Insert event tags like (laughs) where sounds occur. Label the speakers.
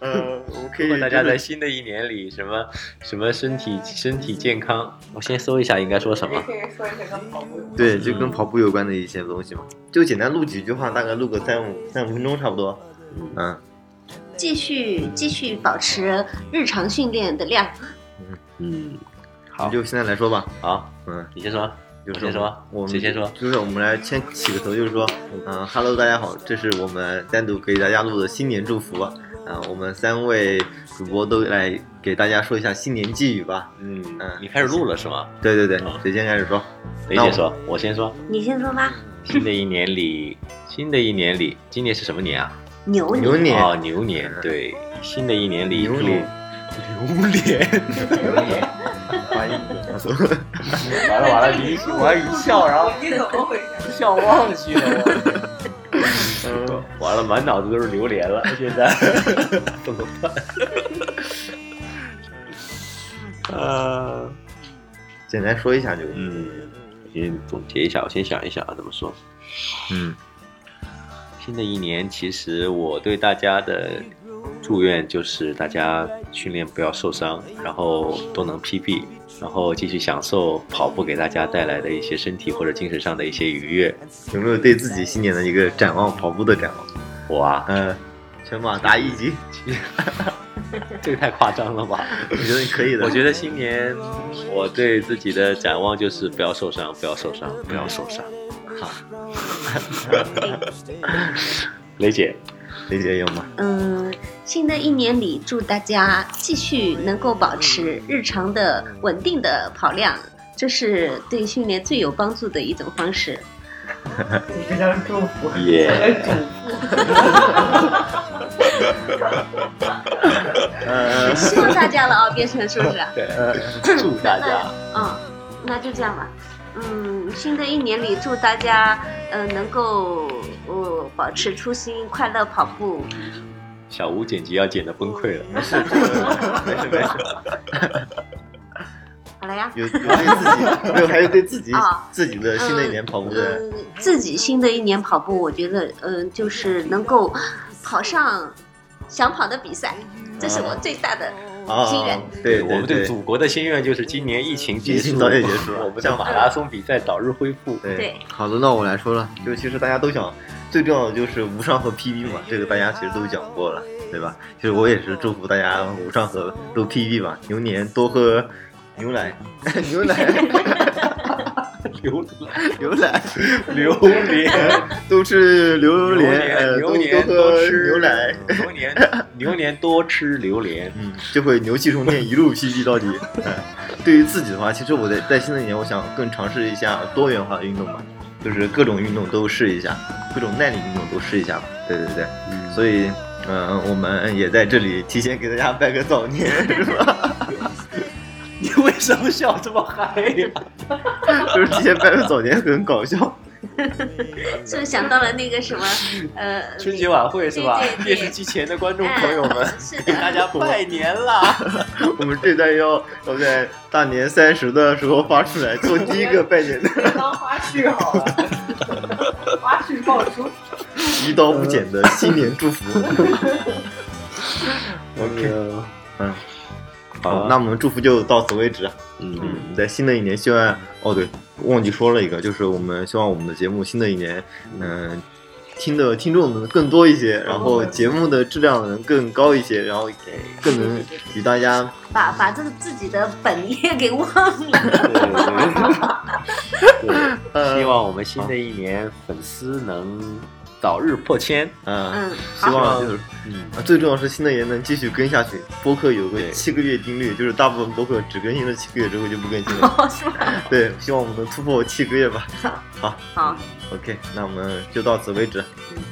Speaker 1: 呃，我可
Speaker 2: 如果
Speaker 1: 以
Speaker 2: 大家
Speaker 1: 真的
Speaker 2: 在新的一年里什么什么身体身体健康，我先搜一下应该说什
Speaker 3: 也
Speaker 2: 么。
Speaker 3: 可以说一些跟跑步有关。
Speaker 1: 对，就跟跑步有关的一些东西嘛，就简单录几句话，大概录个三五三五分钟差不多。嗯，
Speaker 4: 继续继续保持日常训练的量。
Speaker 2: 嗯，好，
Speaker 1: 就现在来说吧，
Speaker 2: 好，
Speaker 1: 嗯，
Speaker 2: 你先说，
Speaker 1: 就是
Speaker 2: 谁先说
Speaker 1: 我们
Speaker 2: 谁先说
Speaker 1: 就是我们来先起个头，就是说，嗯哈喽，大家好，这是我们单独给大家录的新年祝福啊、我们三位主播都来给大家说一下新年寄语吧。
Speaker 2: 嗯
Speaker 1: 嗯
Speaker 2: 你开始录了是吗？
Speaker 1: 对对对
Speaker 2: 好，
Speaker 1: 谁先开始说？
Speaker 2: 雷
Speaker 1: 那
Speaker 2: 姐
Speaker 1: 我
Speaker 2: 说，我先说。
Speaker 4: 你先说吧，
Speaker 2: 新的一年里，新的一年里，今年是什么年啊？
Speaker 4: 牛
Speaker 1: 牛年
Speaker 2: 哦，牛年。对，新的一年里，
Speaker 1: 牛
Speaker 2: 祝
Speaker 1: 年
Speaker 2: 榴
Speaker 1: (laughs)
Speaker 2: 莲，
Speaker 1: 欢迎你说。
Speaker 2: 完了完了，你我一笑，然后
Speaker 3: 你怎么回事？
Speaker 2: 笑忘记了我。 (laughs) 完了，满脑子都是榴莲了，现在 (laughs) 怎么办？呃，
Speaker 1: (laughs) 简单说一下就，
Speaker 2: 嗯，我先总结一下，我先想一想啊，怎么说？
Speaker 1: 嗯
Speaker 2: 新的一年，其实我对大家的祝愿就是大家训练不要受伤，然后都能 PB，然后继续享受跑步给大家带来的一些身体或者精神上的一些愉悦。
Speaker 1: 有没有对自己新年的一个展望？跑步的展望？
Speaker 2: 我啊，
Speaker 1: 嗯，全马达一级，
Speaker 2: (laughs)
Speaker 1: (laughs)
Speaker 2: 这个太夸张了吧？
Speaker 1: 我觉得你可以的。
Speaker 2: 我觉得新年我对自己的展望就是不要受伤，不要受伤，不要受伤。好，雷姐，
Speaker 1: 雷姐有吗？
Speaker 4: 嗯，新的一年里，祝大家继续能够保持日常的稳定的跑量，这是对训练最有帮助的一种方式。
Speaker 3: 你这叫祝福，
Speaker 2: 耶、
Speaker 3: 祝福。
Speaker 1: 呃，
Speaker 4: 希望大家了啊，变成是不是？ (laughs)
Speaker 2: 祝大家
Speaker 4: 嗯，那就这样吧。嗯，新的一年里，祝大家呃能够呃保持初心，快乐跑步。
Speaker 2: 小吴剪辑要剪得崩溃了。
Speaker 1: 没事没事。
Speaker 4: 好了呀。
Speaker 1: (laughs) 有有对自己，没有还有对自己
Speaker 4: 啊
Speaker 1: 自己的新的一年跑步的，
Speaker 4: 嗯，自己新的一年跑步，我觉得，嗯、就是能够跑上想跑的比赛，这是我最大的
Speaker 2: 嗯
Speaker 1: 啊
Speaker 4: 心愿。，
Speaker 1: 对
Speaker 2: 我们对
Speaker 1: 对
Speaker 2: 祖国的心愿就是今年疫情结
Speaker 1: 疫
Speaker 2: 束，
Speaker 1: 情早点结束
Speaker 2: (laughs) 我们的马拉松比赛早日恢复。 (laughs)
Speaker 4: 对
Speaker 1: 好的，那我来说了，就其实大家都想，最重要的就是无伤和 PB 嘛，这个大家其实都讲过了，对吧？其实我也是祝福大家无伤和都 PB 吧，牛年多喝牛奶， (laughs) 牛奶，
Speaker 2: 榴
Speaker 1: 牛奶，
Speaker 2: 榴莲，
Speaker 1: 都吃榴
Speaker 2: 榴
Speaker 1: 莲，呃
Speaker 2: 莲，
Speaker 1: 都
Speaker 2: 榴莲
Speaker 1: 多喝
Speaker 2: 吃
Speaker 1: 牛奶，，
Speaker 2: 牛年牛年多吃榴
Speaker 1: (laughs)
Speaker 2: 莲。
Speaker 1: 嗯，就会牛气冲天，一路 PB 到底。 (laughs) 嗯，对于自己的话，其实我在在新的一年，我想更尝试一下多元化的运动吧，就是各种运动都试一下，各种耐力运动都试一下吧。对对对，所以，嗯、我们也在这里提前给大家拜个早年， (laughs) 是吧？
Speaker 2: 你为什么笑这么嗨呀？
Speaker 1: 就是提前拜个早年，很搞笑。
Speaker 4: 是不是想到了那个什么，呃，
Speaker 2: (laughs) 春节晚会是吧
Speaker 4: 对对？对
Speaker 2: 电视机前的观众朋友们
Speaker 4: (laughs) 哎，
Speaker 2: (laughs)
Speaker 4: 是
Speaker 2: 给
Speaker 4: 的，
Speaker 2: 大家拜年啦！
Speaker 1: 我们这代要要在大年三十的时候发出来，做第一个拜年的，
Speaker 3: 当花絮好了，
Speaker 2: (laughs)
Speaker 3: 花絮爆出。
Speaker 1: 一刀不剪的新年祝福。
Speaker 2: OK，
Speaker 1: 嗯，
Speaker 2: 好
Speaker 1: 好，那我们祝福就到此为止。
Speaker 2: 嗯，
Speaker 1: 嗯，在新的一年，希望哦对，忘记说了一个，就是我们希望我们的节目新的一年，嗯、听的听众能更多一些，然后节目的质量能更高一些，然后更能与大家
Speaker 4: 把把这个自己的本业给忘了。 (laughs)
Speaker 2: 对对对对。
Speaker 1: 呃
Speaker 2: 希望我们新的一年粉丝能早日破千。
Speaker 1: 嗯、
Speaker 4: 嗯，
Speaker 1: 希
Speaker 4: 好，
Speaker 1: 望就是
Speaker 2: 嗯，
Speaker 1: 啊最重要是新的一年能继续跟下去。播客有个
Speaker 2: 对
Speaker 1: 七个月定律，就是大部分播客只更新了七个月之后就不更新了。
Speaker 4: 好， (laughs) 是吧？
Speaker 1: 对，希望我们能突破七个月吧。好
Speaker 4: 好，
Speaker 1: ，OK，那我们就到此为止。嗯，